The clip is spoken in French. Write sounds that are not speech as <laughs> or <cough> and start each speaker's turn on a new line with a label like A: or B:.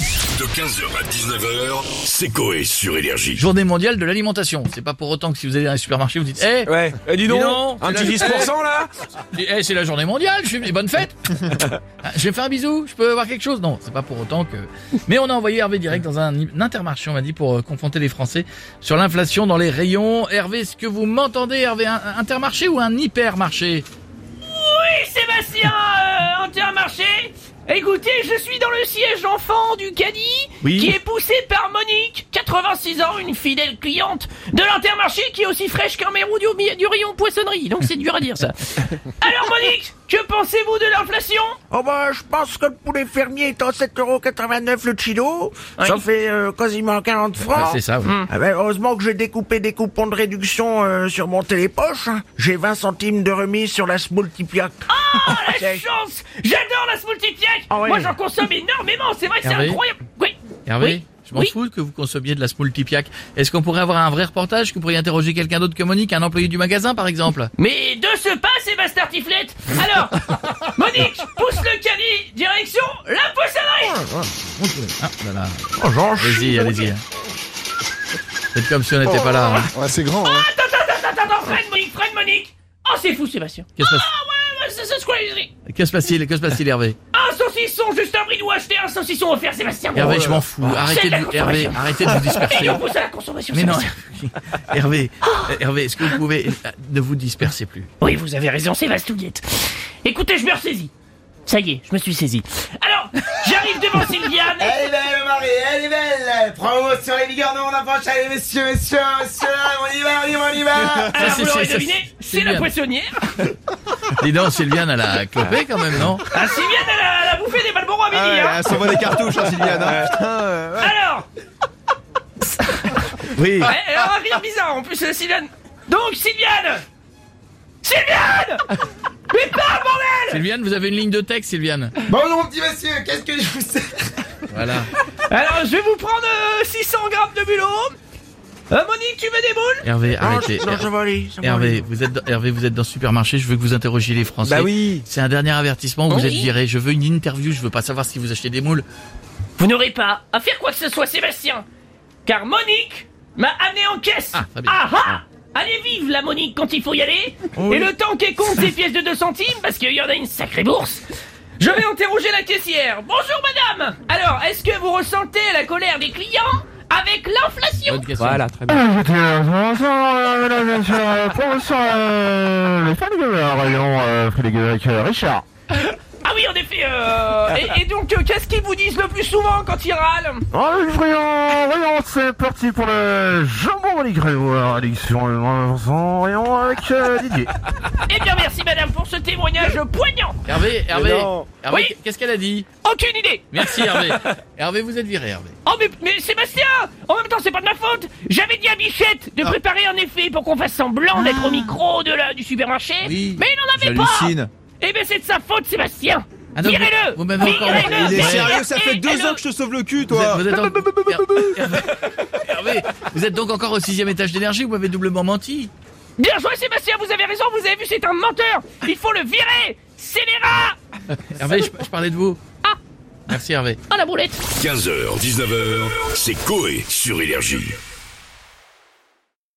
A: De 15h à 19h, c'est Coé sur Énergie.
B: Journée mondiale de l'alimentation. C'est pas pour autant que si vous allez dans un supermarché, vous dites, hé,
C: Ouais. Eh, dis
B: Dis
C: donc,
B: donc,
C: un
B: c'est
C: petit
B: la-
C: 10% là
B: eh, c'est la journée mondiale, je suis... et bonne fête. Ah, je vais faire un bisou, je peux voir quelque chose. Non, c'est pas pour autant que. Mais on a envoyé Hervé direct dans un, un intermarché, on m'a dit, pour euh, confronter les Français sur l'inflation dans les rayons. Hervé, est-ce que vous m'entendez, Hervé, un, un intermarché ou un hypermarché
D: Oui, Sébastien, euh, intermarché Écoutez, je suis dans le siège enfant du caddie
B: Oui.
D: qui est poussé par Monique, 86 ans, une fidèle cliente de l'intermarché qui est aussi fraîche qu'un mérou du, du rayon poissonnerie. Donc c'est dur à dire ça. Alors Monique, que pensez-vous de l'inflation
E: Oh bah, je pense que le poulet fermier est à 7,89€ le kilo. Ça
D: Oui.
E: fait euh, quasiment 40
B: Ah,
E: francs.
B: C'est ça, oui.
D: Hum.
E: Ah ben, heureusement que j'ai découpé des coupons de réduction euh, sur mon télépoche. hein. J'ai 20 centimes de remise sur la Smultipliac.
D: Ah, la
E: C'est-
D: chance J'adore la smoothie Piac
E: Ah ouais.
D: Moi j'en consomme énormément, c'est vrai, c'est
B: Hervé
D: incroyable Oui,
B: Hervé
D: Oui.
B: Je m'en
D: Oui.
B: fous que vous consommiez de la smoltipiac. Est-ce qu'on pourrait avoir un vrai reportage que vous pourriez interroger quelqu'un d'autre que Monique, un employé du magasin par exemple
D: Mais de ce pas, Sébastien Tiflette Alors, Monique, pousse le caddie, direction la poissonnerie
B: Ah, là, là.
E: Oh, j'en
B: Allez-y,
E: <laughs> chie.
B: allez-y. Faites comme si on n'était pas là. hein.
F: Ouais, c'est grand, hein.
D: Attends, attends, attends, attends, attends, Fred, Monique, Fred, Monique Oh, c'est fou, Sébastien
B: Qu'est-ce que-
D: Ah ouais, ouais, c'est c'est ce qu'on a dit.
B: Que se passe-t-il Que se passe-t-il, Hervé
D: Un saucisson, juste un bridou acheter un saucisson offert, Sébastien
B: Hervé, je m'en fous. Arrêtez de,
D: la
B: vous- Hervé,
D: consommation.
B: arrêtez de vous
D: Et
B: disperser.
D: on pousse à la consommation,
B: Mais non,
D: Sébastien.
B: <laughs> Hervé, euh, Hervé, est-ce que vous pouvez euh, ne vous dispersez plus
D: Oui, vous avez raison, Sébastien Guette. Écoutez, je me ressaisis. Ça y est, je me suis saisi. Alors, j'arrive devant
B: <laughs>
D: Sylviane.
G: Elle est
B: Eh,
G: belle, Marie, elle est belle Promo sur les bigarnons, on approche, allez, messieurs, messieurs, messieurs, on y va, on y va, on y va
D: Alors,
B: c'est-
D: vous l'aurez
B: c'est- ça,
D: deviné,
B: c'est
D: c'est la
B: bien.
D: poissonnière.
B: Dis donc, Sylviane, elle a clopé quand même, non
D: Ah, Sylviane, elle a, elle a bouffé des Malboro à midi,
F: Ah ouais,
D: hein.
F: elle s'envoie des cartouches, hein, Sylviane. hein. Putain, euh, ouais.
D: Alors,
B: Oui.
D: Ouais, elle a un rire bizarre en plus, euh, Sylviane. Donc, Sylviane Sylviane Mais parle, bordel
B: Sylviane, vous avez une ligne de texte, Sylviane
G: Bon, mon petit monsieur, qu'est-ce que je vous sers
B: Voilà.
D: Alors, je vais vous prendre euh, 600 grammes de bulot. Euh, Monique, tu veux des boules
B: Hervé,
E: Non,
B: arrêtez.
E: je- non, ça va aller, ça va aller.
B: Hervé, vous êtes dans, Hervé, vous êtes dans le supermarché, je veux que vous interrogiez les Français.
F: Bah oui.
B: C'est un dernier avertissement, vous
D: Oui.
B: êtes viré. Je veux une interview, je veux pas savoir si vous achetez des moules.
D: Vous n'aurez pas à faire quoi que ce soit, Sébastien. Car Monique m'a amené en caisse.
B: Ah, Oh très bien.
D: ah Allez vive la Monique quand il faut y aller. Et le temps qu'elle compte ses pièces de 2 centimes, parce qu'il y en a une sacrée bourse. Je vais interroger la caissière. Bonjour madame. Alors, est-ce que vous ressentez la colère des clients avec l'inflation
B: Bonne question.
C: Voilà, très bien.
H: Écoutez, euh, pour l'instant, euh, mesdames et messieurs, euh, pour l'instant, euh, les Frédéric Gueulard, voyons, euh, Frédéric Gueulard avec, euh, Richard.
D: Ah oui, en effet. euh, et, et donc, euh, qu'est-ce qu'ils vous disent le plus souvent quand ils râlent
H: Oh, les voyons, voyons, c'est parti pour le jambon Olivier Grégoire, addiction, euh, Vincent, voyons, avec euh, Didier.
D: Eh bien, merci madame pour ce témoignage poignant.
B: Hervé, Hervé,
F: non.
B: Hervé,
D: Oui.
B: qu'est-ce qu'elle a dit
D: Aucune idée.
B: Merci Hervé. Hervé, vous êtes viré, Hervé.
D: Oh mais, mais Sébastien En même temps c'est pas de ma faute J'avais dit à Bichette de préparer un effet pour qu'on fasse semblant d'être au micro de la, du supermarché
B: Oui.
D: Mais il n'en avait pas
F: J'hallucine.
D: Eh ben c'est de sa faute Sébastien
B: Ah, donc,
D: Virez-le
B: vous m'avez encore-
D: Virez-le
F: Il est
B: Ouais.
F: sérieux, ça fait
D: Et- et
F: deux
D: le-
F: ans que je te sauve le cul,
B: Vous êtes,
F: toi.
B: vous êtes en- Her- Hervé- Hervé, vous êtes donc encore au sixième étage d'énergie, vous m'avez doublement menti.
D: Bien joué Sébastien, vous avez raison, vous avez vu c'est un menteur Il faut le virer Scélérat
B: Hervé, je, je parlais de vous.
D: Ah.
B: Merci Hervé.
D: Oh la boulette
A: 15h, 19h, c'est Coé sur Énergie.